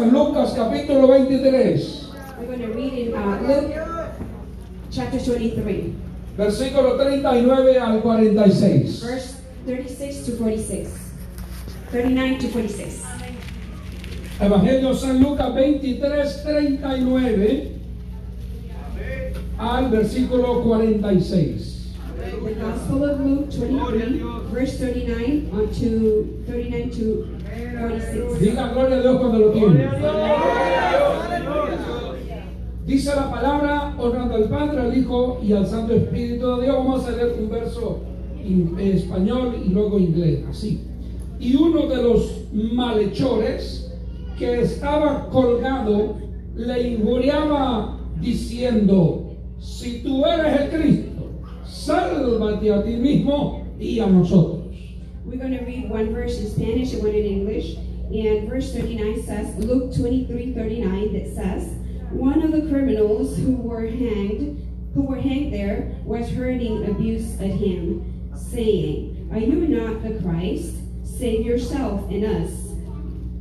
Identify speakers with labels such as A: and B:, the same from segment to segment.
A: Lucas capítulo 23,
B: We're going to read in uh, Luke chapter 23,
A: versículo 39 al 46.
B: verse 36 to 46. 39 to 46.
A: Evangelio San Lucas 23, 39 al versículo 46.
B: The Gospel of Luke 23, verse 39 on to 39 to 46.
A: Diga gloria a Dios cuando lo tiene. Dice la palabra, honrando al Padre, al Hijo y al Santo Espíritu de Dios. Vamos a leer un verso en español y luego inglés, así. Y uno de los malhechores que estaba colgado le injuriaba diciendo, si tú eres el Cristo, sálvate a ti mismo y a nosotros.
B: We're going to read one verse in Spanish and one in English. And verse 39 says, Luke 23 39, that says, One of the criminals who were hanged, who were hanged there, was hurling abuse at him, saying, Are you not the Christ? Save yourself and us.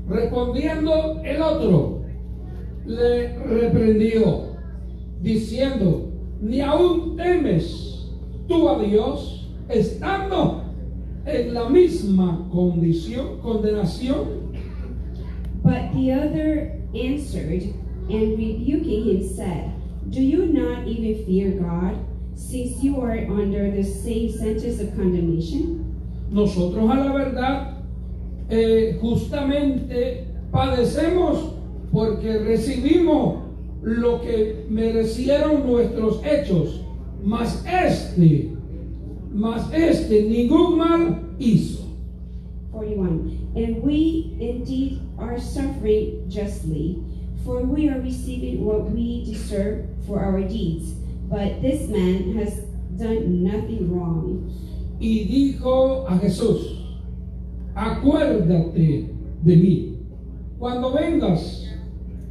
A: Respondiendo el otro, le reprendió, diciendo, ni aún temes tú a Dios, estando en la misma condición, condenación.
B: But the other answered and rebuking him said, Do you not even fear God, since you are under the same sentence of condemnation?
A: Nosotros a la verdad, eh, justamente padecemos porque recibimos lo que merecieron nuestros hechos, mas este, mas este ningún mal hizo.
B: 41. And we indeed are suffering justly, for we are receiving what we deserve for our deeds. But this man has done nothing wrong.
A: y dijo a Jesús, acuérdate de mí cuando vengas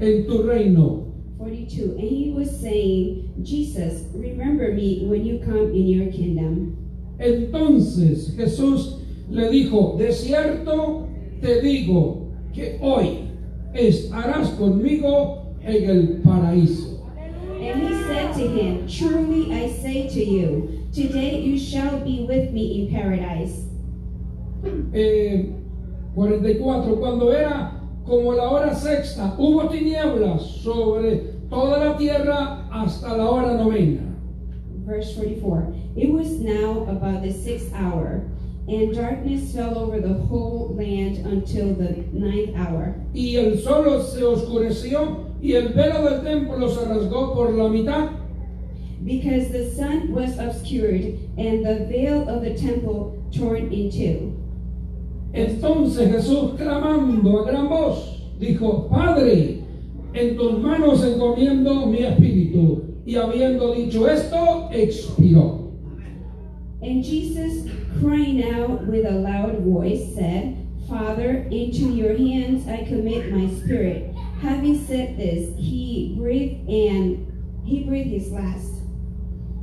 A: en tu reino.
B: 42. And he was saying, Jesus, remember me when you come in your kingdom.
A: Entonces Jesús le dijo, de cierto te digo que hoy estarás conmigo en el paraíso.
B: And he said to him, Truly I say to you, today you shall be with me in paradise.
A: Eh, 44. Cuando era como la hora sexta, hubo tinieblas sobre toda la tierra hasta la hora novena.
B: Verse 44 It was now about the sixth hour, and darkness fell over the whole land until the ninth hour.
A: y el sol se oscureció y el velo del templo se rasgó por la mitad
B: Because the sun was obscured, and the veil of the temple torn in two.
A: entonces Jesús clamando a gran voz dijo Padre en tus manos encomiendo mi espíritu y habiendo dicho esto expiró
B: And Jesus, crying out with a loud voice, said, Father, into your hands I commit my spirit. Having said this, he breathed and he breathed his last.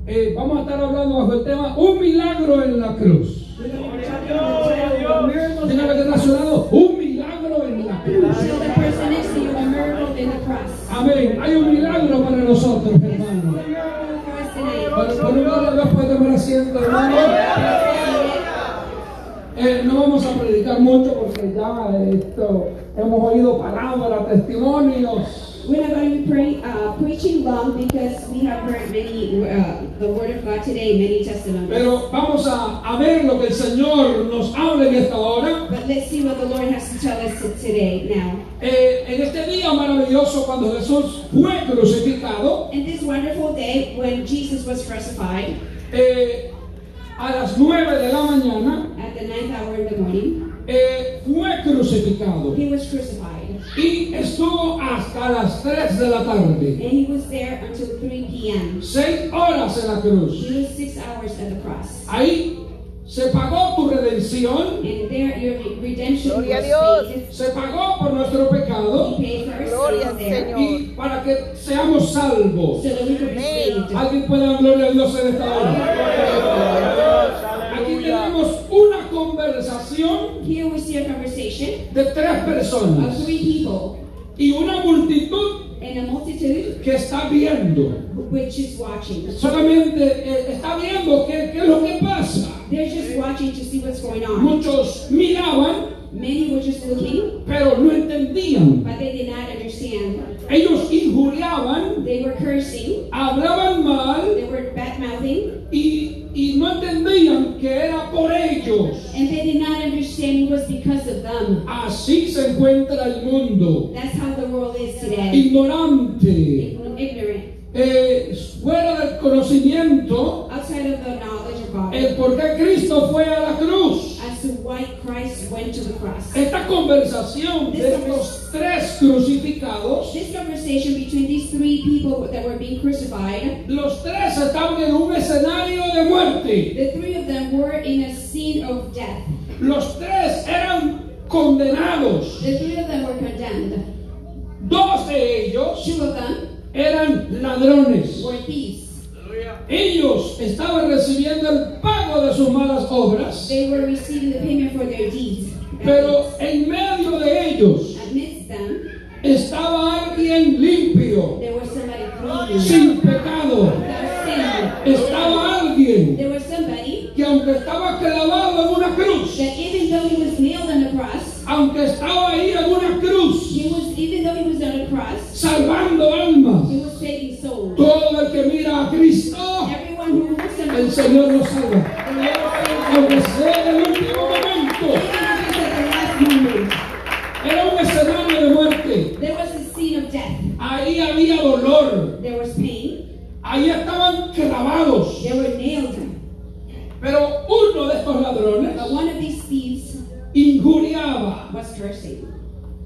A: Eh, vamos a estar hablando bajo el tema un milagro en la cruz
B: We're going to talk about the title, the miracles
A: Dígale que está sonado, un milagro en la cruz
B: Show the person next to you the miracle in the cross.
A: amén hay un milagro para nosotros hermano
B: The miracle for us
A: por,
B: tonight.
A: por un lado Dios puede tomar asiento hermano Eh, no vamos a predicar mucho porque ya esto, hemos oído palabras, testimonios.
B: We're not going to be pre- uh, preaching long because we have heard many, uh, the word of God today, many testimonies.
A: Pero vamos a, a ver lo que el Señor nos habla en esta hora.
B: But let's see what the Lord has to tell us to- today now.
A: Eh, en este día maravilloso cuando Jesús fue crucificado,
B: In this wonderful day when Jesus was crucified
A: eh, a las 9 de la mañana
B: at the ninth hour in the morning,
A: eh, fue crucificado
B: he was crucified
A: y estuvo hasta las 3 de la tarde.
B: and he was there until 3 p.m.
A: 6 horas en la cruz.
B: He was six hours at the cross.
A: Ahí se pagó tu redención.
B: And there your re- redemption
C: Gloria a
B: was
C: Dios.
B: paid.
A: se pagó por nuestro pecado
B: He paid for our
C: Gloria
B: sins
C: al
B: there.
C: Señor.
A: y para que seamos salvos.
B: So that we could be saved.
A: Alguien puede dar gloria a Dios en esta hora. Aquí tenemos una conversación
B: Here we see a conversation
A: de tres
B: of
A: personas.
B: three people.
A: y una multitud
B: and a multitude
A: que está viendo.
B: which is watching.
A: Solamente eh, está viendo qué, qué es lo que pasa.
B: They're just watching to see what's going on.
A: Muchos miraban,
B: Many were just looking,
A: pero no entendían.
B: but they did not understand.
A: Ellos injuriaban,
B: They were cursing,
A: hablaban mal
B: they were bad mouthing,
A: y, y no entendían que era por ellos.
B: and they did not understand it was because of them.
A: Así se encuentra el mundo,
B: That's how the world is today.
A: ignorante,
B: Ignorant.
A: eh, fuera del conocimiento,
B: Outside of the knowledge of God.
A: el por qué Cristo fue a la cruz.
B: As to why Christ went to the cross.
A: Esta conversación de estos tres crucificados,
B: This conversation between these three people that were being crucified,
A: los tres estaban en un escenario de muerte.
B: the three of them were in a scene of death.
A: Los tres eran condenados.
B: The three of them were condemned.
A: Dos de ellos
B: Two of them
A: eran ladrones.
B: were thieves.
A: Ellos estaban recibiendo el pago de sus malas obras,
B: They were receiving the payment for their deeds.
A: pero en medio de ellos
B: Amidst them,
A: estaba alguien limpio,
B: there was somebody clean,
A: sin pecado.
B: without sin.
A: Estaba alguien
B: There was somebody
A: que aunque estaba clavado en una cruz,
B: that even though he was nailed on the cross,
A: aunque estaba ahí en una cruz,
B: he was even though he was on the cross,
A: salvando almas.
B: he was saving souls.
A: Todo el que mira a Cristo,
B: Everyone who looks on
A: el
B: the
A: Señor lo salva.
B: the Lord saves
A: Aunque sea en el último momento, era un escenario de muerte.
B: There was a scene of death.
A: Ahí había dolor,
B: There was pain.
A: ahí estaban clavados.
B: There were nails.
A: Pero uno de estos ladrones
B: But one of these thieves
A: injuriaba,
B: was cursing.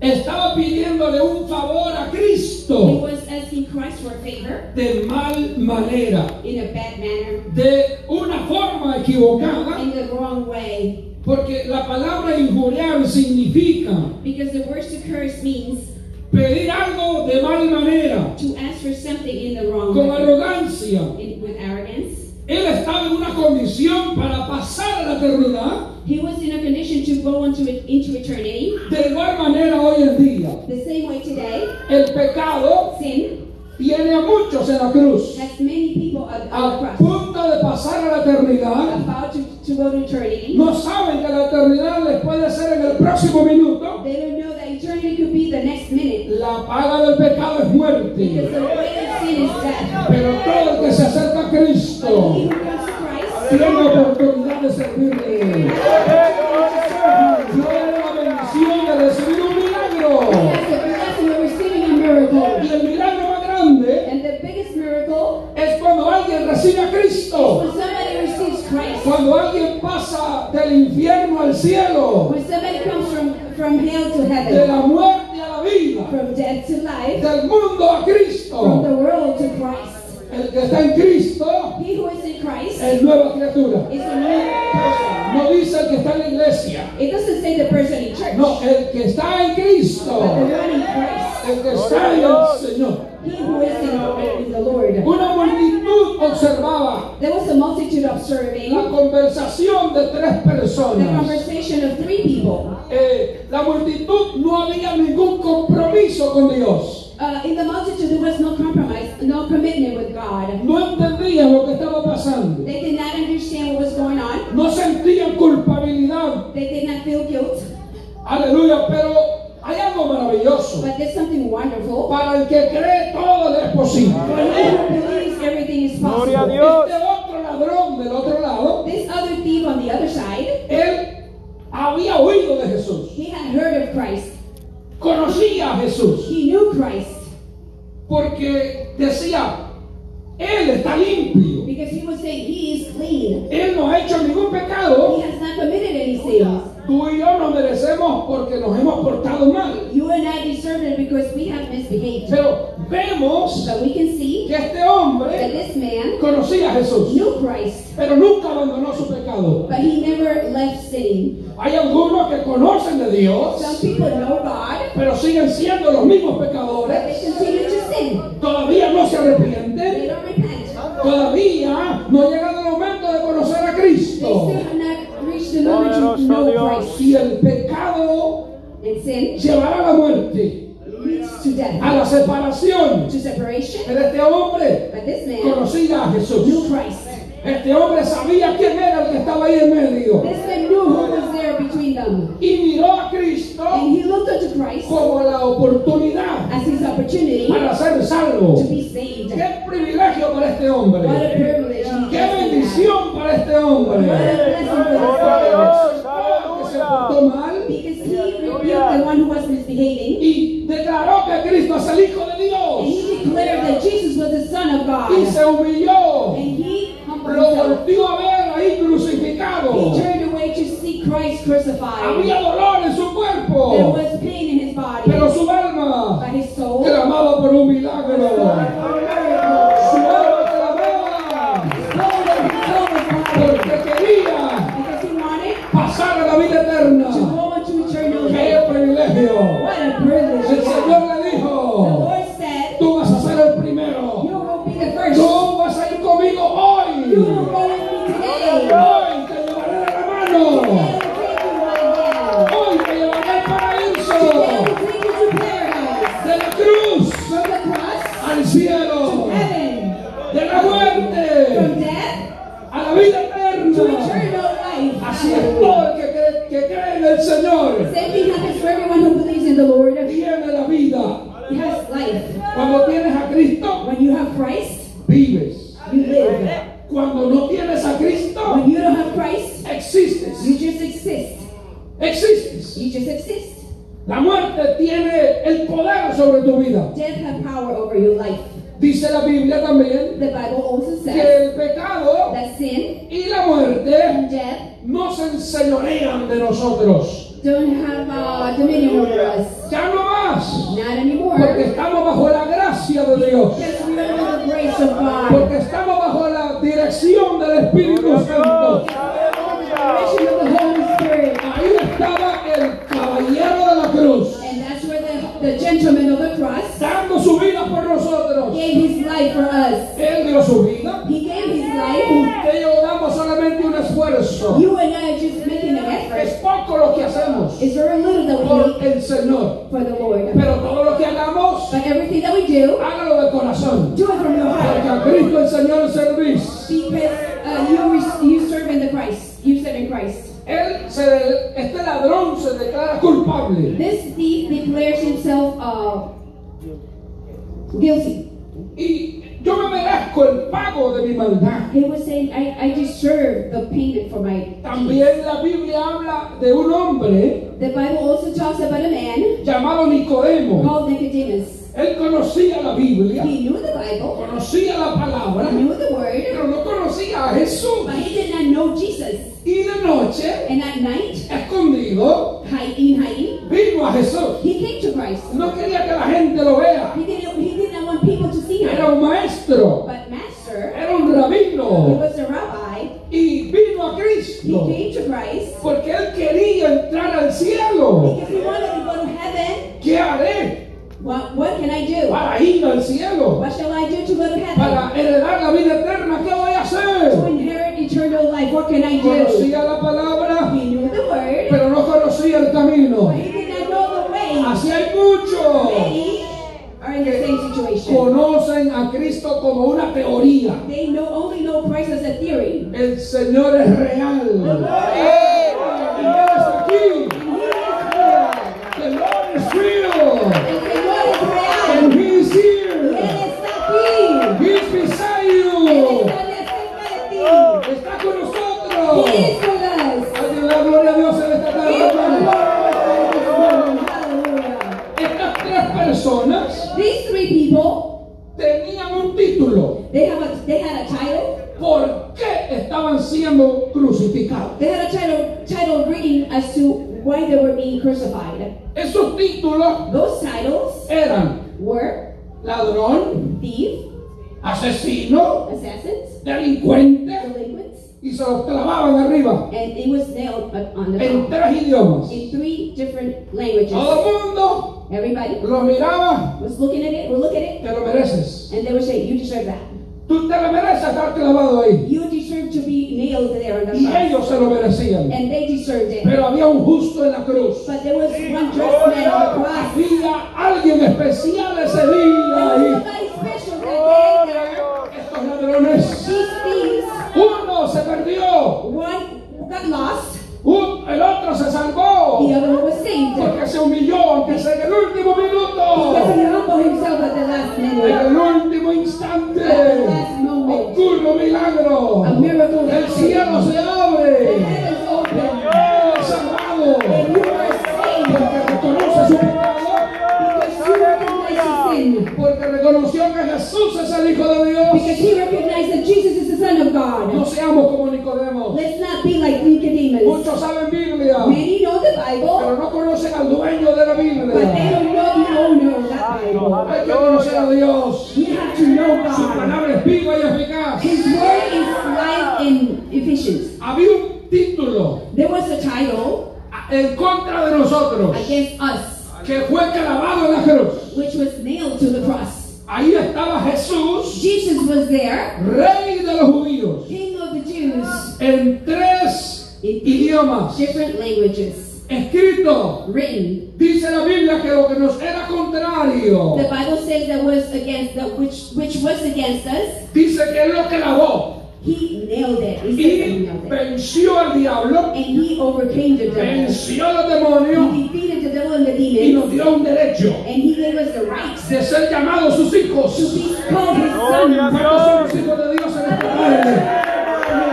A: estaba pidiéndole un favor a
B: He
A: Cristo
B: was asking Christ for a favor
A: de mal manera,
B: in a bad manner,
A: de una forma equivocada,
B: in the wrong way.
A: porque la palabra injuriar significa
B: Because the word to curse means
A: pedir algo de mal manera,
B: to ask for something in the wrong
A: con
B: way,
A: arrogancia.
B: in- with arrogance.
A: Él estaba en una condición para pasar a la eternidad
B: He was in a condition to go into, into eternity.
A: de igual manera hoy en día.
B: The same way today,
A: El pecado
B: sin
A: tiene a muchos en la cruz,
B: has many people on on the
A: a
B: cross
A: punto de pasar a la eternidad.
B: about to, to go to eternity.
A: No saben que la eternidad les puede ser en el próximo minuto.
B: They don't know that eternity could be the next minute.
A: La paga del pecado es
B: Because
A: muerte,
B: the way of sin is death.
A: pero todo el que se acerca a
B: But
A: Cristo
B: he who comes to Christ
A: tiene oportunidad de servirle. Tiene la bendición de recibir un milagro.
B: has the blessing of receiving a miracle.
A: Y el milagro más grande
B: And the biggest miracle
A: es cuando alguien recibe a Cristo.
B: when somebody receives Christ,
A: Cuando alguien pasa del infierno al cielo,
B: when somebody comes from, from hell to
A: de
B: heaven,
A: la muerte a la vida,
B: from death to life,
A: del mundo a
B: from
A: Cristo.
B: the world to Christ.
A: El que está en Cristo
B: He who is in Christ
A: es nueva criatura.
B: is a new person.
A: No dice el que está en la iglesia.
B: It doesn't say the person in church,
A: No, el que está en Cristo.
B: but the one in Christ.
A: El que está en el Señor.
B: He who is in the, in the Lord.
A: Una multitud observaba
B: There was a multitude
A: la
B: observing
A: conversación de tres
B: the
A: personas.
B: conversation of three people.
A: Eh, la multitud no había ningún compromiso con Dios.
B: Uh, in the multitude, there was no compromise, no commitment with God.
A: No entendían lo que estaba pasando.
B: They did not understand what was going on.
A: No sentían culpabilidad.
B: They did not feel guilt.
A: Aleluya, pero hay algo maravilloso.
B: But there's something wonderful.
A: Para el que cree todo le es
B: For
A: posible.
B: he who believes, everything is
C: Gloria a
B: possible.
C: Dios.
A: Este otro ladrón del otro lado,
B: This other thief on the other side,
A: él había oído de Jesús.
B: he had heard of Christ.
A: Conocía a Jesús.
B: He knew Christ
A: Porque decía, él está limpio.
B: because he was saying he is clean.
A: Él no ha hecho ningún
B: He
A: pecado.
B: has not committed any sins.
A: Tú y yo nos merecemos porque nos hemos portado mal.
B: You and I deserve it because we have misbehaved.
A: Pero vemos
B: But we can see
A: que este
B: that
A: hombre
B: this man
A: conocía a Jesús,
B: knew Christ,
A: pero nunca abandonó su pecado.
B: but he never left sinning.
A: Hay algunos que conocen de
B: Some
A: Dios,
B: people know God,
A: pero siguen siendo los mismos
B: but they
A: pecadores.
B: continue to sin.
A: Todavía no se
B: They
A: arrepienten,
B: don't repent.
A: todavía no ha llegado el momento de conocer a
B: They
A: Cristo.
B: still have not reached the knowledge to know Christ.
A: Si el pecado
B: And sin
A: llevará a la muerte,
B: leads death,
A: a la separación.
B: to separation.
A: Pero este hombre
B: But this man
A: conocía a
B: knew
A: Jesús.
B: Christ.
A: Este hombre sabía quién era el que estaba ahí en medio.
B: This man knew who was there between them.
A: Y miró a Cristo
B: And he looked unto Christ
A: como la oportunidad
B: as his opportunity to
A: para ser salvo.
B: be saved.
A: Qué privilegio para este
B: What a
A: hombre. Qué
B: privilege. he has to have.
A: bendición para este hombre.
B: What a blessing for this
C: Gloria a
B: man.
A: Que
C: Dios,
A: se portó
C: aleluya.
A: mal
B: Because he rebuked the one who was misbehaving.
A: y declaró que Cristo es el Hijo de
B: And
A: Dios.
B: he declared that Jesus was the Son of God.
A: Y se humilló.
B: And he humbled
A: Lo
B: himself.
A: volvió a ver ahí crucificado.
B: He turned away to see Christ crucified.
A: Había dolor en su
B: There
A: cuerpo.
B: was pain in his body.
A: Pero su alma
B: But his soul, his
A: clamaba por un milagro. Su alma clamaba
B: soul was filled with God.
A: porque quería
B: Because he wanted
A: pasar a la vida
B: to
A: eterna.
B: go into eternal
A: ¡Qué
B: life.
A: privilegio!
B: What a privilege.
A: El
B: he had.
A: Señor le
B: The
A: dijo,
B: Lord said,
A: tú vas a ser el
B: You
A: primero.
B: will be the first.
A: Tú vas a ir conmigo
B: You will
A: hoy.
B: go with me today.
A: Hoy te llevaré de la
B: Today
A: mano.
B: I will take you right now.
A: Hoy te llevaré al
B: Today I
A: paraíso.
B: will take you to paradise.
A: De la cruz
B: From the cross
A: al
B: to
A: cielo.
B: heaven.
A: De la
B: From
A: muerte
B: death
A: a la vida
B: to
A: eterna.
B: eternal life.
A: Así es todo el que cree, que cree en el Señor.
B: Same thing happens for everyone who believes in the Lord. He
A: Tiene la vida.
B: has life.
A: Cuando tienes a Cristo,
B: When you have Christ,
A: vives.
B: you live.
A: Cuando no tienes a Cristo,
B: When you don't have Christ, you
A: existes.
B: just exist.
A: Existes.
B: You just exist.
A: La muerte tiene el poder sobre tu vida.
B: Death has power over your life.
A: Dice la Biblia también
B: The Bible also
A: que el
B: says
A: pecado
B: that sin
A: y la muerte
B: and death
A: no se enseñorean de nosotros.
B: don't have uh, dominion over us.
A: Ya no más.
B: Not
A: Porque
B: anymore.
A: estamos bajo la gracia de Dios.
B: Because we are under the grace of God.
A: Porque estamos bajo la dirección del Espíritu Santo.
C: Dios, aleluya.
B: Mission of the Holy Spirit.
A: Ahí estaba el caballero de la cruz,
B: And that's where the, the gentleman of the cross
A: dando su vida por nosotros.
B: gave his life for us.
A: Él dio su vida.
B: He gave his life.
A: Usted y yo damos solamente un esfuerzo.
B: You and I are just making an
A: Es
B: effort.
A: poco lo que hacemos
B: It's very little that we
A: por
B: make
A: el Señor.
B: for the Lord.
A: Pero todo lo que hagamos,
B: But everything that we do,
A: hágalo de corazón.
B: do it from your
A: Porque a
B: heart.
A: Cristo el Señor servís.
B: Because uh, you, re- you serve in the Christ. You serve in Christ.
A: Él se, este ladrón se declara culpable
B: This thief declares himself uh, guilty.
A: y yo me merezco el pago de mi maldad.
B: He was saying, I, I deserve the payment for my.
A: También la Biblia habla de un hombre
B: The Bible also talks about a man
A: llamado Nicodemo.
B: called Nicodemus.
A: Él conocía la Biblia,
B: He knew the Bible,
A: conocía la palabra,
B: he knew the word,
A: pero no conocía a Jesús.
B: but he did not know Jesus.
A: Y de noche,
B: And at night,
A: escondido,
B: hiding, hiding,
A: vino a Jesús.
B: he came to Christ.
A: No quería que la gente lo vea.
B: He didn't, he did not want people to see
A: Era
B: him.
A: un maestro,
B: But Master,
A: era un
B: he
A: rabino.
B: was a rabbi,
A: Y vino a
B: he
A: Cristo
B: came to Christ
A: porque él quería entrar al cielo.
B: because he wanted to go to heaven.
A: ¿Qué haré
B: What, what can I do?
A: para ir al cielo?
B: What shall I do to go to heaven?
A: Para heredar la vida eterna, ¿qué voy a
B: To
A: hacer?
B: inherit eternal life, what can I do?
A: Conocía la palabra,
B: He knew the word,
A: pero no conocía el camino.
B: but he did not know the way.
A: Así hay muchos
B: Many are in the same situation.
A: conocen a Cristo como una teoría.
B: They know only know Christ as a theory.
A: El Señor es real. Y Él está aquí.
B: And he is real.
A: The Lord is real.
B: El Señor es real.
A: And He is
B: Él
A: here.
B: está aquí.
A: He is beside
B: Él
A: you.
B: está cerca de ti.
A: Está con
B: He
A: nosotros.
B: is with us.
A: Hay que dar gloria a Dios en esta tarde. hermano.
B: Hallelujah.
A: Estas tres personas
B: These three people,
A: tenían un título.
B: they have a, they had a title.
A: ¿Por qué estaban siendo crucificados?
B: They had a title title reading as to why they were being crucified.
A: Esos títulos
B: Those titles
A: eran
B: were
A: ladrón,
B: thief,
A: asesino,
B: assassins,
A: delincuente,
B: delinquents,
A: y se los clavaban arriba
B: and it was nailed up on the
A: en
B: cross
A: tres idiomas.
B: in three different languages.
A: Todo el mundo
B: Everybody
A: lo miraba,
B: was looking at it, would look at it,
A: te lo mereces.
B: and they would say, You deserve that.
A: Tú te lo mereces estar clavado ahí.
B: You deserve to be nailed there on the
A: Y
B: cross.
A: ellos se lo merecían.
B: And they deserved it.
A: Pero había un justo en la cruz. Oh,
B: But there was one just man on the cross.
A: Había alguien especial en Oh. instante
C: At the last moment.
A: ocurre un milagro.
C: A miracle
A: El
C: happens.
A: cielo se
C: The
A: abre.
C: heavens open.
A: Eres salvado.
C: And you are saved.
A: Porque reconoce su pecado.
C: Because you recognize your sin.
A: Porque reconoció que Jesús es el Hijo de
C: Because
A: Dios.
C: he recognized that Jesus is the Son of
A: No
C: God.
A: seamos como Nicodemo.
C: Let's not be like Nicodemus.
A: Muchos saben Biblia,
C: Many know the
A: pero
C: Bible,
A: no conocen al dueño de la
C: but they
A: Biblia.
C: don't know the owner of that Bible.
A: Hay que conocer a Dios.
C: We have to know
A: Su
C: God.
A: palabra es viva y eficaz.
C: His word is life and efficient.
A: Había un título
C: There was a title
A: a- en contra de nosotros
C: against us,
A: que fue clavado en la cruz.
C: which was nailed to the cross.
A: Ahí estaba Jesús,
C: Jesus was there,
A: rey de los judíos,
C: King of the Jews,
A: en tres idiomas.
C: different languages,
A: Escrito,
C: written.
A: dice la Biblia que lo que nos era contrario,
C: The Bible says that was against that which which was against us.
A: dice que él lo clavó
C: He nailed it. He said that
A: y
C: he nailed it.
A: venció al diablo,
C: And he overcame the devil.
A: venció a los demonios
C: He defeated the devil and the
A: y
C: demons.
A: nos dio un derecho
C: And he gave us the right
A: de ser llamados sus
C: to
A: hijos.
C: be called his
A: ¿Cuántos
C: son.
A: somos hijos de Dios en esta tarde?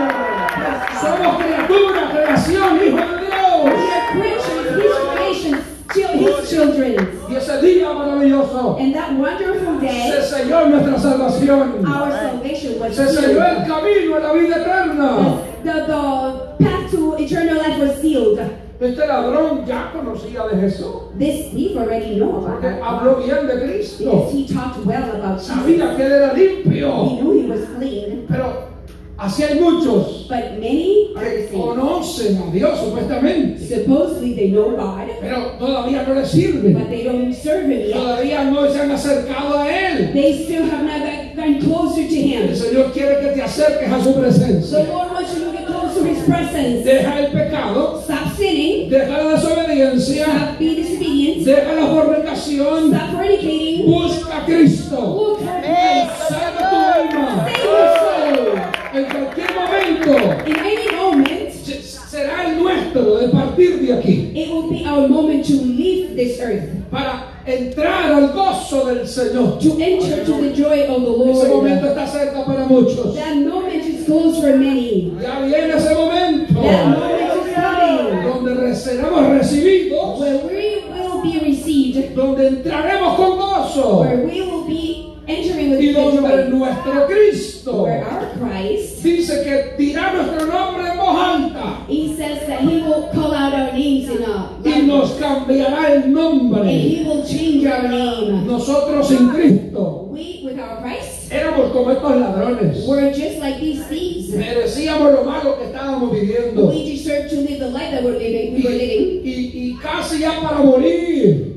A: Somos criaturas, creación, hijos de
C: We
A: Dios.
C: are creatures, his creations, chil- his children.
A: Y ese día maravilloso
C: And that wonderful
A: se
C: day,
A: selló nuestra salvación.
C: our salvation was
A: Se selló el
C: sealed.
A: camino a la vida eterna.
C: The, the path to eternal life was sealed.
A: Este ladrón ya conocía de Jesús,
C: This we already know about
A: porque
C: that.
A: habló bien de Cristo.
C: Because he talked well about Jesus.
A: Sabía que él era
C: He
A: limpio,
C: knew he was clean.
A: pero así hay muchos
C: But many are
A: que
C: the same.
A: conocen a Dios supuestamente,
C: Supposedly they know God,
A: pero todavía no les sirven.
C: but they don't serve him yet.
A: todavía no se han acercado a Él.
C: They still have not got- gotten closer to
A: El
C: Him.
A: Señor quiere que te acerques a su
C: The
A: presencia.
C: Lord wants you to get close to His presence.
A: Deja el pecado,
C: Stop sinning.
A: deja la desobediencia,
C: Stop being disobedient.
A: deja la fornicación,
C: Stop fornicating.
A: busca a Cristo.
C: Look at Christ.
A: Salva tu alma. En cualquier momento
C: In any moment,
A: se- será el nuestro de partir de aquí
C: it will be our moment to leave this earth,
A: para entrar al gozo del Señor.
C: to enter to the joy of the
A: Ese momento
C: Lord.
A: está cerca para muchos.
C: That moment is close for many.
A: Ya viene ese
C: That
A: momento
C: moment is coming
A: donde re- seremos recibidos
C: where we will be received,
A: donde entraremos con gozo
C: where we will be entering with
A: y donde
C: joy,
A: nuestro Cristo
C: where our Christ
A: dice que dirá nuestro nombre en voz alta
C: He says that he will call out our names in a
A: y nos cambiará el
C: and
A: nombre.
C: he will change our name.
A: Nosotros en Cristo
C: We, with our Christ,
A: éramos como estos ladrones,
C: were just like these thieves.
A: merecíamos lo malo que estábamos viviendo y,
C: We deserve to live the life that we're living. We were living,
A: y- y casi ya para morir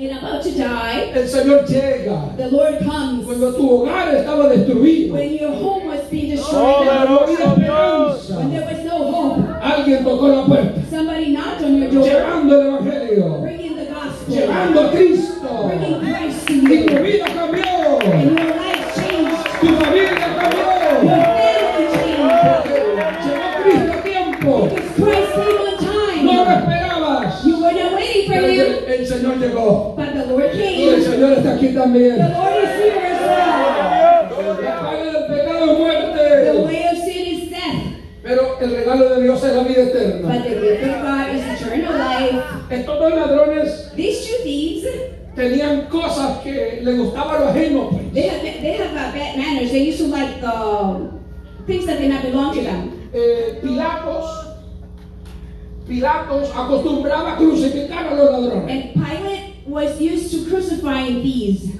C: and about to die,
A: el Señor llega
C: the Lord comes.
A: cuando tu hogar estaba destruido.
C: When your home was
A: para
C: being destroyed,
A: morir
C: when
A: esperanza.
C: there was no hope,
A: Alguien tocó la puerta
C: somebody knocked on your door,
A: llevando el Evangelio.
C: bringing the gospel,
A: llevando a Cristo.
C: bringing Christ to
A: Y tu
C: you,
A: vida cambió,
C: and your life changed,
A: tu familia
C: your
A: cambió.
C: family changed.
A: Llegó Cristo a tiempo,
C: Because Christ came
A: no
C: on
A: lo
C: time.
A: esperabas.
C: You were not waiting for
A: Pero
C: him,
A: el, el Señor llegó.
C: but the Lord
A: Y el
C: came.
A: Señor está aquí
C: The
A: también.
C: Lord is here as well.
A: La paga del pecado es
C: The
A: muerte,
C: way of sin is death,
A: pero el regalo de Dios es la vida
C: but
A: eterna.
C: the gift of God is eternal life.
A: Estos dos ladrones
C: These two thieves,
A: tenían cosas que le gustaba a los ajenos.
C: they have they have uh, bad manners. They used to like um, things that did not belong to them.
A: Eh, Pilatos, Pilatos acostumbraba a crucificar a los ladrones.
C: And Pilate was used to crucifying thieves,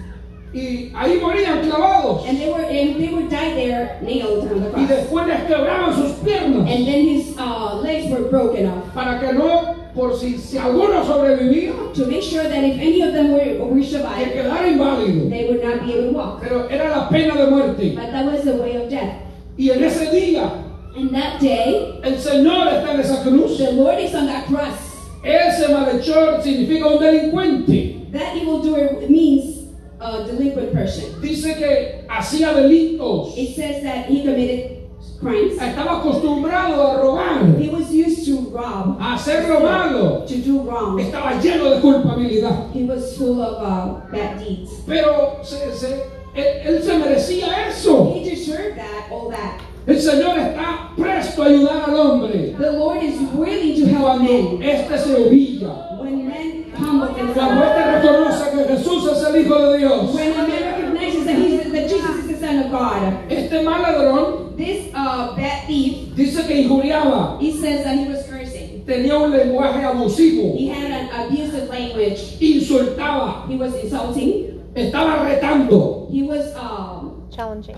A: y ahí morían clavados
C: and they were and they would die there nailed on
A: y
C: the cross.
A: después les quebraban sus piernas
C: And then his uh, legs were broken off
A: para que no, por si, si alguno sobrevivía,
C: to make sure that if any of them were were
A: que
C: survived,
A: quedara inválido.
C: they would not be able to walk.
A: Pero era la pena de muerte.
C: But that was the way of death.
A: Y en ese día,
C: And that day,
A: el Señor está en esa cruz.
C: the Lord is on that cross.
A: Ese malhechor significa un delincuente.
C: That evildoer means a delinquent person.
A: Dice que hacía delitos.
C: It says that he committed crimes.
A: Estaba acostumbrado a robar,
C: He was used to rob,
A: a hacer lo malo.
C: to do wrong.
A: Estaba lleno de culpabilidad.
C: He was full of uh, bad deeds.
A: Pero se- se- Él, él se merecía eso.
C: He deserved that, all that.
A: El Señor está presto a ayudar al hombre
C: The Lord is willing to help
A: cuando
C: men.
A: éste se humilla.
C: When men humble
A: Cuando
C: themselves,
A: éste reconoce que Jesús es el Hijo de Dios.
C: when a man recognizes that, he's, that Jesus is the Son of God.
A: Este mal ladrón
C: This uh, bad thief,
A: dice que injuriaba,
C: he says that he was cursing.
A: tenía un lenguaje abusivo,
C: He had an abusive language.
A: insultaba,
C: He was insulting.
A: estaba retando,
C: He was um,
D: challenging.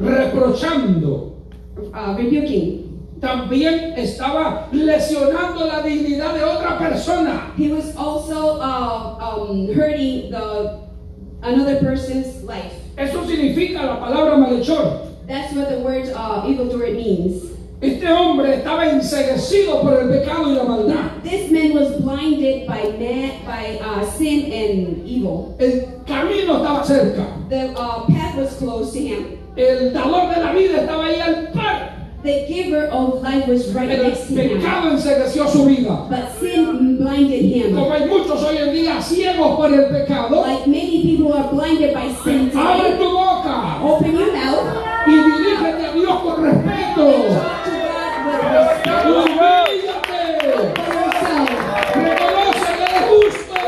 A: reprochando.
C: uh, rebuking.
A: También estaba lesionando la dignidad de otra persona.
C: He was also uh, um, hurting the another person's life.
A: Eso significa la palabra malhechor.
C: That's what the word uh, evildoer means.
A: Este hombre estaba enseguecido por el pecado y la maldad.
C: This man was blinded by man, by uh, sin and evil.
A: El camino estaba cerca.
C: The uh, path was closed to him.
A: El dador de la vida estaba ahí al par.
C: The giver of life was right
A: Pero el
C: next to him.
A: pecado ensegueció su vida.
C: But sin blinded him.
A: Como hay muchos hoy en día ciegos por el pecado,
C: Like many people are blinded by sin
A: abre
C: today.
A: tu boca
C: Open your mouth
A: y dirígete a Dios con respeto.
C: and talk to God with respect
A: Humíllate.
C: for yourself.
A: Reconoce que eres justo.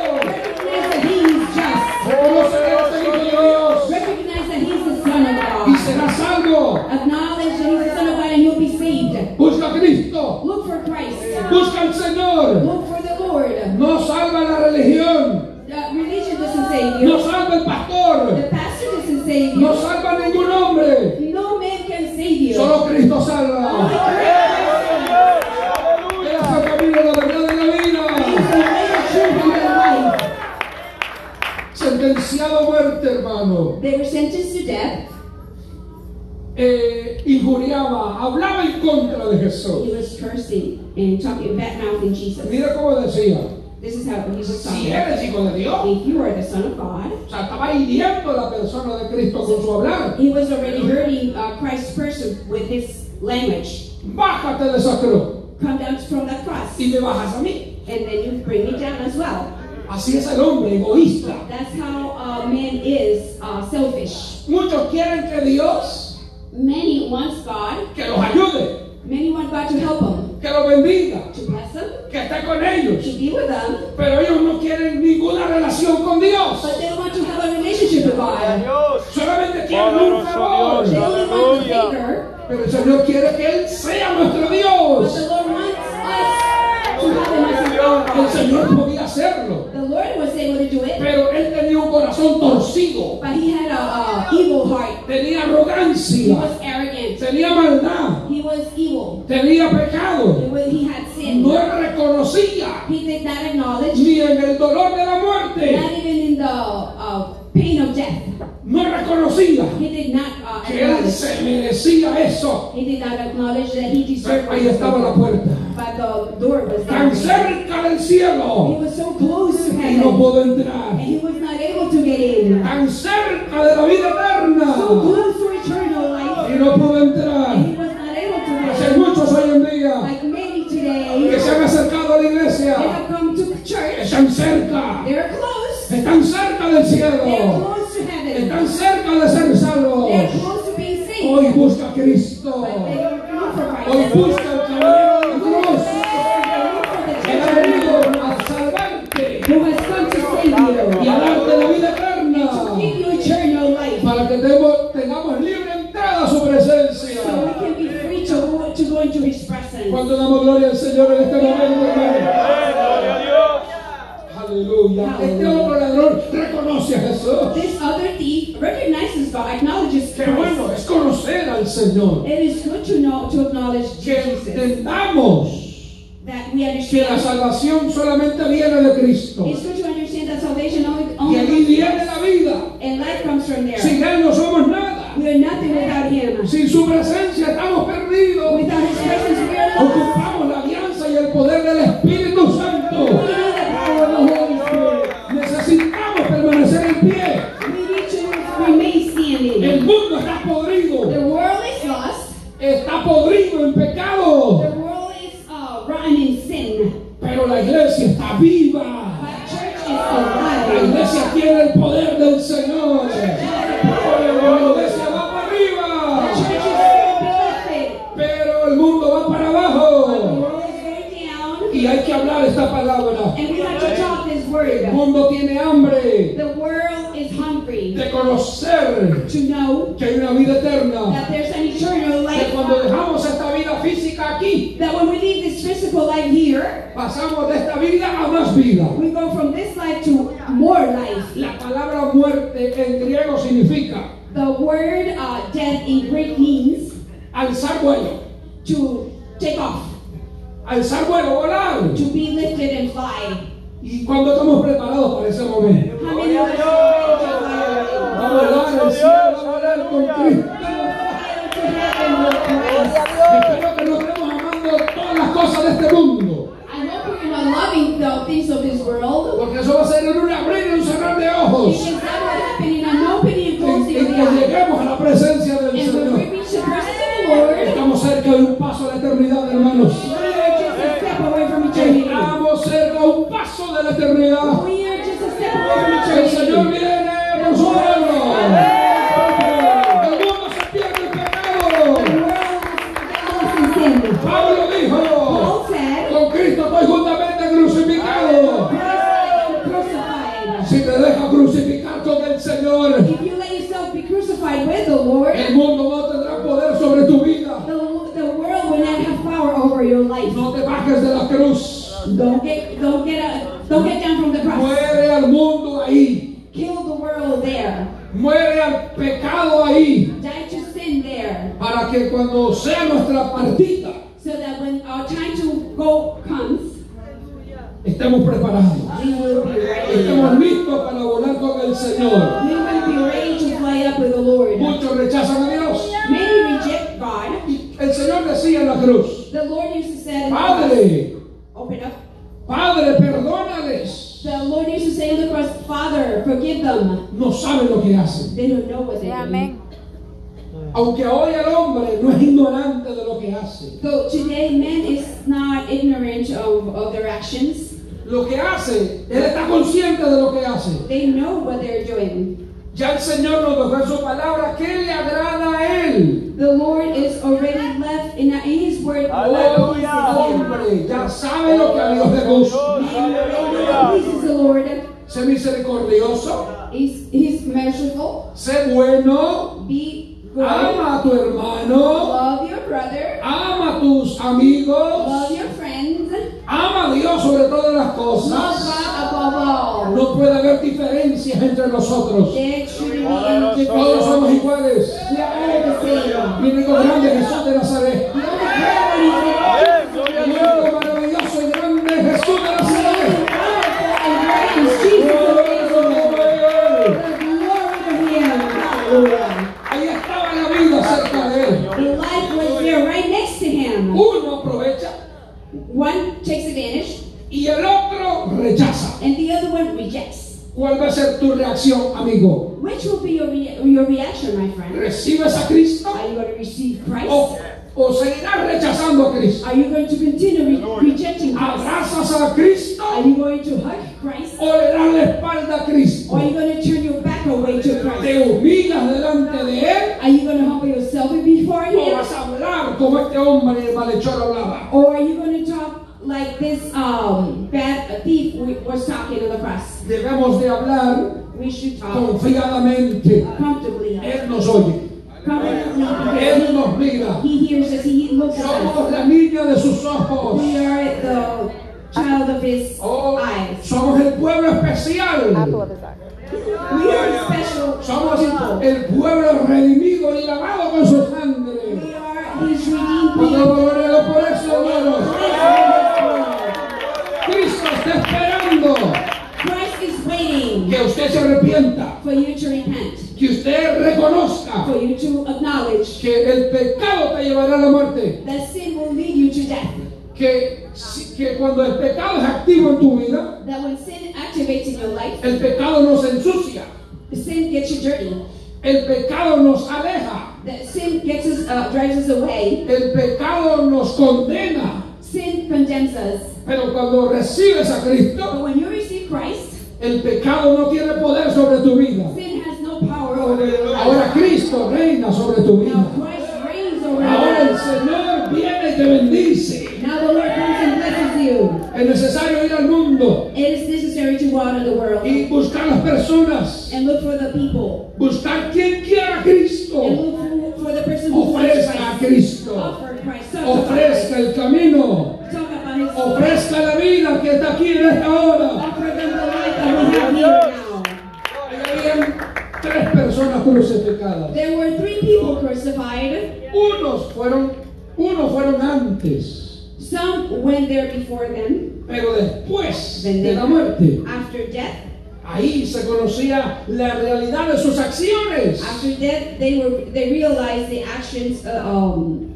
C: Recognize that he is just.
A: Reconoce que eres el hijo de Dios.
C: Recognize that he's the son of
A: Y
C: God.
A: serás salvo.
C: Acknowledge that he's the son of God and you'll be saved.
A: Busca a Cristo.
C: Look for Christ.
A: Busca al Señor.
C: Look for the Lord.
A: No salva la religión.
C: The religion doesn't save you.
A: No salva el pastor.
C: The pastor doesn't save
A: No
C: you.
A: salva ningún hombre.
C: No man can save you.
A: Solo Cristo salva.
C: Only
A: Él es el camino, la verdad y la vida.
C: Christ is the way, the truth, and the life.
A: Sentenciado a muerte, hermano.
C: They were sentenced to death.
A: Eh, injuriaba, hablaba en contra de Jesús.
C: He was cursing and talking bad mouthing Jesus.
A: Mira cómo decía.
C: This is how he was
A: Si
C: talking.
A: eres hijo de Dios,
C: If you are the son of God,
A: o sea, estaba hiriendo a la persona de Cristo con su hablar.
C: he was already hurting uh, Christ's person with his language.
A: Bájate de esa cruz
C: Come down from the cross,
A: y
C: and
A: me bajas a mí.
C: then you bring me down as well.
A: Así es el hombre egoísta.
C: That's how uh, man is uh, selfish.
A: Muchos quieren que Dios
C: Many wants God.
A: que los ayude,
C: Many want God to help them,
A: que los bendiga,
C: to bless them,
A: que esté con
C: to
A: ellos.
C: be with them,
A: Pero ellos no quieren ninguna relación con
C: but
A: Dios.
C: they don't want to have a relationship with God.
E: Dios.
A: Solamente quieren un favor.
C: They only want the favor.
A: Pero el Señor quiere que Él sea nuestro
C: But the
A: Dios.
C: Lord wants us to have him as our
A: El
C: God.
A: Señor podía hacerlo,
C: The Lord was able to do it,
A: pero Él tenía un corazón torcido,
C: but he had a, a evil heart.
A: tenía
C: He
A: arrogancia,
C: was arrogant.
A: tenía maldad,
C: He was evil.
A: tenía
C: He
A: pecado.
C: wa- he had sin.
A: No reconocía
C: He did not acknowledge,
A: ni en el dolor de la muerte,
C: not even in the uh, pain of death.
A: no reconocía
C: He did not uh,
A: que Él
C: acknowledge.
A: se merecía eso.
C: He did not acknowledge that he deserved
A: Ahí estaba la puerta,
C: But the door was
A: tan
C: there.
A: cerca del
C: He
A: cielo
C: was so close to
A: y no
C: heaven,
A: pudo
C: and
A: entrar,
C: he was not able to get in.
A: tan cerca de la vida
C: So
A: eterna
C: close to eternal life,
A: y no pudo entrar.
C: and he was not able to get in.
A: Hay muchos hoy en día
C: like many
A: que se
C: today,
A: han acercado a la
C: they
A: iglesia,
C: have come to
A: que
C: church.
A: están cerca,
C: They're close.
A: están cerca del
C: They're
A: cielo,
C: close to heaven.
A: están cerca de ser salvos.
C: They're close to being
A: Hoy
C: saved.
A: busca a Cristo,
C: But they don't look for
A: hoy
C: Christ.
A: busca el camino de la cruz,
C: They look for the
A: Él
C: church
A: ha venido a salvarte
C: who has come to save
A: y
C: you,
A: a darte la vida
C: to give
A: eterna
C: you eternal life,
A: para que temo- tengamos libre entrada a su
C: so we
A: presencia.
C: can be free to go, to go into His presence.
A: Cuando damos gloria al Señor en este momento, hermano.
E: Gloria a Dios.
A: Aleluya. Este otro ladrón reconoce a Jesús.
C: This other thief recognizes God, acknowledges
A: Qué bueno
C: Christ.
A: es conocer al Señor.
C: It is good to know to acknowledge
A: Que
C: Jesus,
A: entendamos
C: that we
A: que la
C: understand
A: salvación solamente viene de Cristo.
C: It's good to understand that salvation only,
A: Y
C: only
A: allí
C: comes from
A: viene la vida.
C: and life comes from there.
A: Sin Él no somos nada.
C: we are nothing without Him.
A: Sin su presencia estamos perdidos.
C: Without His presence, we are lost.
A: Ocupamos la alianza y el poder del Espíritu Santo.
C: We need the power of the Holy Spirit.
A: Necesitamos permanecer en pie.
C: We need to remain
A: El
C: standing.
A: mundo está podrido.
C: The world is lost.
A: Está podrido en pecado.
C: The world is uh, rotten in sin.
A: Pero la iglesia está viva.
C: But church is
A: La
C: alive.
A: iglesia tiene el poder del Señor.
C: Church has the power hungry
A: de conocer
C: to know
A: que hay una vida eterna.
C: that there's an eternal
A: Que
C: life.
A: cuando dejamos esta vida física aquí,
C: That when we leave this physical life here,
A: pasamos de esta vida a más vida.
C: we go from this life to more life.
A: La palabra muerte en griego significa
C: The word uh, death in Greek means
A: alzar vuelo,
C: to take off,
A: alzar vuelo, volar.
C: to be lifted and fly.
A: Y cuando estamos preparados para ese momento,
C: How many of us are ready to fly already?
A: a volar el cielo, a volar con Cristo.
C: Fly to heaven with Christ.
A: Espero que no estemos amando todas las cosas de este mundo,
C: I hope we're not loving the things of this world.
A: porque eso va a ser en un abrir y un cerrar de ojos.
C: Because that will happen in an opening and
A: En,
C: closing of
A: en
C: the
A: que
C: eye.
A: lleguemos a la presencia del
C: And when we
A: Señor.
C: reach the presence of the Lord,
A: Estamos cerca de un paso de la eternidad, hermanos.
C: we are just a step away from eternity.
A: Estamos cerca de un paso de la eternidad.
C: We are just a step away from
A: El Señor
C: eternity.
A: viene por su pueblo. El mundo se pierde el
C: The
A: pecado.
C: world is in sin.
A: Pablo dijo,
C: Paul said,
A: con Cristo estoy juntamente crucificado.
C: Christ I am crucified.
A: Si te dejas crucificar con el Señor,
C: If you let yourself be crucified with the Lord,
A: el mundo no tendrá poder sobre tu vida.
C: the, the world will not have power over your life.
A: No te bajes de la cruz.
C: Don't get don't get a, don't get down from the cross.
A: Muere al mundo ahí.
C: Kill the world there.
A: Muere al pecado ahí.
C: Die to sin there.
A: Para que cuando sea nuestra partida,
C: So that when our time to go comes,
A: estemos preparados.
C: we will be ready.
A: Estemos listos para volar con el Señor.
C: We will be ready to fly up with the Lord.
A: Muchos rechazan a Dios.
C: Many reject God.
A: El Señor decía en la cruz,
C: The Lord used to say,
A: Padre,
C: Open up.
A: Padre, perdónales.
C: The Lord used to say on the cross, Father, forgive them.
A: No saben lo que hacen.
C: They don't know what they do.
A: Aunque hoy el hombre no es ignorante de lo que hace.
C: So today, man is not ignorant of, of their actions.
A: Lo que hace, él está consciente de lo que hace.
C: They know what they're doing.
A: Ya el Señor nos dejó en su palabra que le agrada a él.
C: The Lord is already left in, in His word.
A: Hoy el
C: What
A: Oh, hombre ya sabe lo que a Dios le gusta.
C: pleases the Lord. Man
A: Sé misericordioso,
C: is He's merciful.
A: sé bueno,
C: Be good.
A: ama a tu hermano,
C: Love your brother.
A: ama a tus amigos.
C: Love your friends.
A: Ama a Dios sobre todas las
C: Love
A: cosas.
C: God above all.
A: No puede haber diferencias entre nosotros.
C: There shouldn't be any.
A: Que todos somos iguales.
C: We are all the same.
A: Mi único grande es Jesús de Nazaret.
C: The only great one is God.
A: Mi único maravilloso y grande es Jesús de
C: The only
A: Nazaret.
C: powerful and great is Jesus.
A: Gloria a su nombre.
C: The glory of Him. Hallelujah.
A: Ahí estaba la vida cerca de él.
C: The life was there right next to him.
A: Uno aprovecha
C: One takes advantage
A: y el otro rechaza.
C: and the other one rejects.
A: ¿Cuál va a ser tu reacción, amigo?
C: Which will be your, rea- your reaction, my friend?
A: ¿Recibes a Cristo
C: Are you going to receive
A: o,
C: Christ?
A: o seguirás rechazando a Cristo?
C: Are you going to continue re- rejecting Christ?
A: ¿Abrazas a Cristo
C: Are you going to hug Christ?
A: o le das la espalda a Cristo?
C: Or are you going to turn your back away to Christ?
A: te humillas delante de él
C: Are you going to humble yourself before
A: o
C: Him?
A: vas a hablar como este hombre el malhechor hablaba.
C: Or are you going to talk like this um, bad thief we was talking on the cross?
A: Debemos de hablar
C: We should talk
A: confiadamente.
C: comfortably.
A: Él nos oye,
C: Confidently.
A: él nos mira.
C: He hears us, he looks at us.
A: Somos la niña de sus ojos.
C: We are the child of his
A: Oh,
C: eyes.
A: somos el pueblo especial.
C: We are special
A: Somos
C: people.
A: el pueblo redimido y lavado con su
C: We
A: sangre.
C: are his redeemed
A: Cuando
C: people.
A: valoremos por eso, hermanos, Cristo está esperando
C: Christ is waiting
A: que usted se arrepienta,
C: for you to repent,
A: que usted reconozca
C: for you to acknowledge
A: que el pecado te llevará a la muerte,
C: that sin will lead you to death.
A: que, si- que cuando el pecado es activo en tu vida,
C: That when sin activates in your life,
A: el pecado nos ensucia,
C: sin gets you dirty.
A: el pecado nos aleja,
C: That sin gets us, uh, drives us away.
A: el pecado nos condena.
C: Sin condemns us.
A: Pero cuando recibes a
C: But
A: Cristo,
C: when you receive Christ,
A: el pecado no tiene poder sobre tu vida.
C: sin has no power over you.
A: Ahora Cristo reina sobre tu
C: Now
A: vida.
C: Christ reigns over
A: Ahora el
C: you.
A: Señor viene y te bendice.
C: Now the Lord comes and blesses you.
A: Es necesario ir al mundo
C: It is necessary to go out of the world
A: y buscar las personas
C: and look for the people.
A: Buscar quien quiera a
C: And
A: Cristo.
C: look for, for the person who wants
A: Ofrezca a Cristo.
C: Offer Christ. Talk about
A: Ofrezca el camino.
C: Christ. Talk about his
A: Ofrezca la vida que está aquí en esta hora.
C: Offer them the life that we have here now.
A: Ahí habían tres personas crucificadas.
C: There were three people crucified.
A: Unos fueron, unos fueron antes,
C: Some went there before them,
A: pero después
C: then
A: de
C: they
A: la muerte.
C: after death.
A: Ahí se conocía la realidad de sus acciones.
C: After death, they were they realized the actions, uh, um,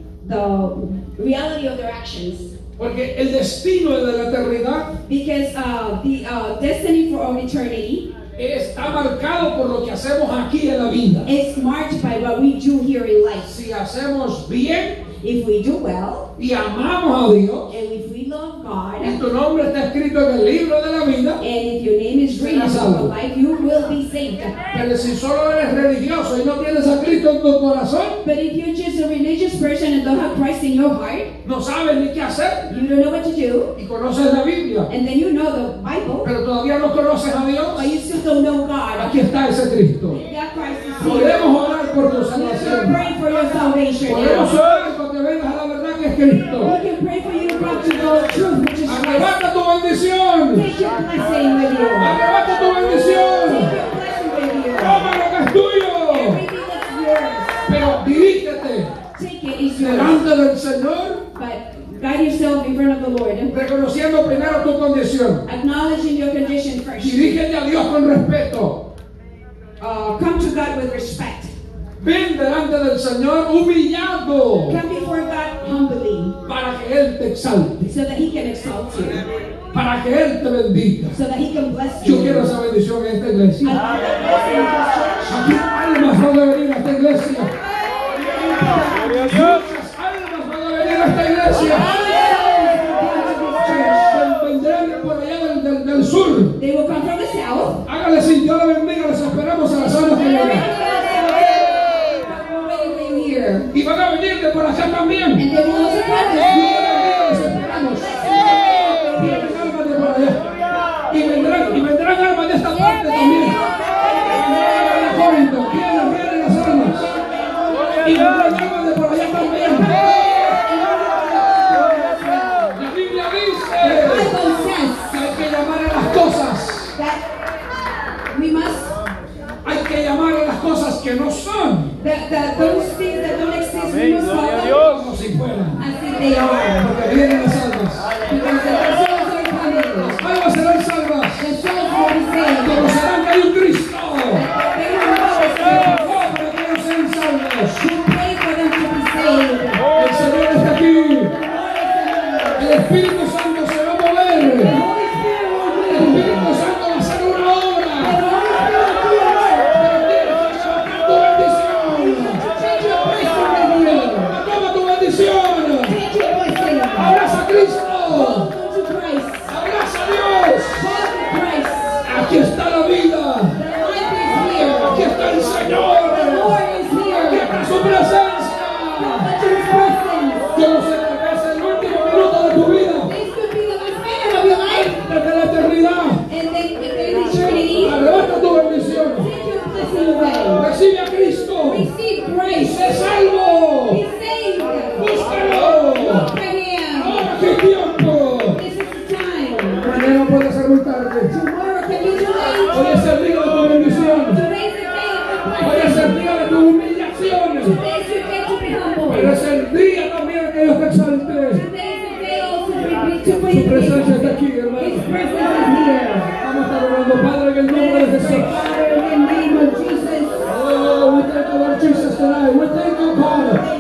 C: the reality of their actions,
A: Porque el destino de la eternidad
C: because uh, the uh, destiny for all eternity
A: está marcado por lo que hacemos aquí en la vida.
C: is marked by what we do here in life.
A: Si hacemos bien
C: If we do well,
A: y amamos a Dios,
C: and if we love God,
A: y
C: and
A: tu nombre está escrito en el libro de la vida,
C: if your name is written in the book of life, you will be saved.
A: pero si solo eres religioso y no tienes a Cristo en tu corazón,
C: But if you're just a religious person and don't have Christ in your heart,
A: no sabes ni qué hacer
C: you don't know what to do,
A: y conoces la Biblia,
C: and then you know the Bible,
A: pero todavía no conoces a Dios,
C: but you still don't know God.
A: aquí está ese Cristo.
C: That Christ is here.
A: Podemos orar por tu
C: We're
A: salvación.
C: praying for your salvation.
A: Podemos
C: now.
A: orar porque vengas a la verdad que es Cristo.
C: We can pray for you to come to know the truth, which is Christ.
A: Arrebata tu bendición.
C: Take your blessing with you.
A: Arrebata tu
C: Take
A: bendición.
C: your blessing with you.
A: Toma lo que es tuyo.
C: Everything that's
A: Pero dirígete
C: yours, take it is yours.
A: delante del Señor,
C: But guide yourself in front of the Lord,
A: reconociendo primero tu condición.
C: acknowledging your condition first.
A: Dirígete a Dios con respeto.
C: Uh, come to God with respect.
A: Ven delante del Señor humillado
C: Come before God humbly,
A: para que Él te exalte,
C: so that He can exalt you,
A: para que Él te bendiga.
C: so that He can bless
A: Yo
C: you.
A: quiero esa bendición en esta iglesia.
C: I want that blessing in this church.
A: Aquí almas van a venir a esta iglesia. Muchas almas van a venir a esta iglesia. Vendrán por allá del, del- del sur.
C: They will come from the south.
A: Hágale sin Dios la bendiga, les esperamos a las almas que llegan.
C: We're waiting for you here.
A: Y van a venir de por acá también.
C: And they will also
A: Les
C: practice.
A: esperamos. Vienen almas de por allá. Y vendrán, y vendrán almas de esta parte también. Vendrán a Corinto. Vienen, vienen las almas. Y vendrán almas de por allá también. La Biblia
C: The
A: dice.
C: Bible says
A: que hay que llamar a las cosas,
C: that we must
A: hay que llamar a las cosas que no son
C: that, that those things that don't exist we must call
D: Gloria a
C: them
D: Dios.
A: como si fueran,
C: as if they are.
A: porque vienen las almas.
C: Because the souls are coming.
A: Las almas serán salvas,
C: The souls will be saved.
A: conocerán que hay un Cristo,
C: They will know
A: la obra que no sean salvos.
C: we pray for them to be saved.
A: El Señor está aquí, el Espíritu Santo se va a mover, el Espíritu Santo va a hacer una obra. Pero tienes que llamar tu bendición. Toma tu bendición.
C: Take your voice in.
A: Abraza a Cristo.
C: Come to Christ.
A: Abraza a Dios.
C: Call to Christ.
A: Aquí está la vida.
C: The life is here.
A: Aquí está el
C: The
A: Señor.
C: Lord is
A: Aquí
C: here.
A: está su presencia.
C: But your presence.
A: Yo no sé que es el último minuto de tu vida.
C: This could be the last minute of your life.
A: Desde la eternidad.
C: And then, and then eternity.
A: Arrebata tu bendición.
C: Take your blessing away.
A: Recibe a Cristo.
C: Receive grace.
A: Sé salvo.
C: Be saved. Look
A: Búscalo.
C: for him.
A: Ahora que tiempo.
C: This is the time.
A: Mañana puede ser muy tarde.
C: Tomorrow can be too late.
A: Hoy es el día de tu bendición.
C: Today's the day of your
A: Hoy
C: blessing.
A: es el día de tus humillaciones.
C: Today's your day to be
A: Pero
C: humble.
A: es el día también que Dios te exalte.
C: Today's the day also to be to
A: Su
C: be
A: presencia está aquí, hermano.
C: His presence is
A: Oh,